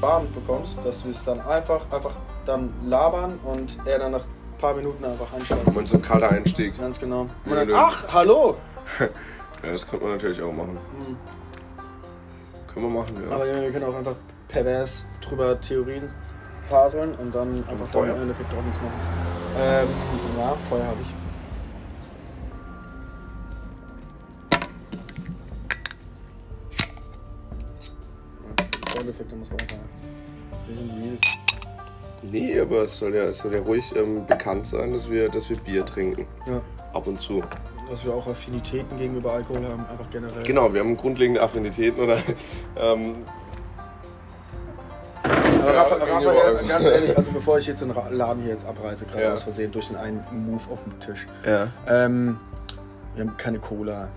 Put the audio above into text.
Bahn bekommst, dass wir es dann einfach, einfach dann labern und er dann nach ein paar Minuten einfach einschaltet. Und so ein kalter Einstieg. Ganz genau. Und Nö, dann, nö. ach, hallo! Ja, das könnte man natürlich auch machen. Mhm. Können wir machen, ja. Aber Junge, wir können auch einfach pervers drüber Theorien faseln und dann einfach Feuer. dann im Endeffekt auch nichts machen. Ähm, ja, Feuer habe ich. Ja, Soundeffekte muss raus sein. Wir sind real. Nee, aber es soll ja, es soll ja ruhig ähm, bekannt sein, dass wir, dass wir Bier trinken. Ja, Ab und zu. dass wir auch Affinitäten gegenüber Alkohol haben, einfach generell. Genau, wir haben grundlegende Affinitäten oder ähm, Aber Ja, Raphael, gegenüber Raphael, Alkohol. ganz ehrlich, also bevor ich jetzt den Ra- Laden hier jetzt abreiße, gerade Ja. aus Versehen durch den einen Move auf dem Tisch. ja. Ähm, wir haben keine Cola.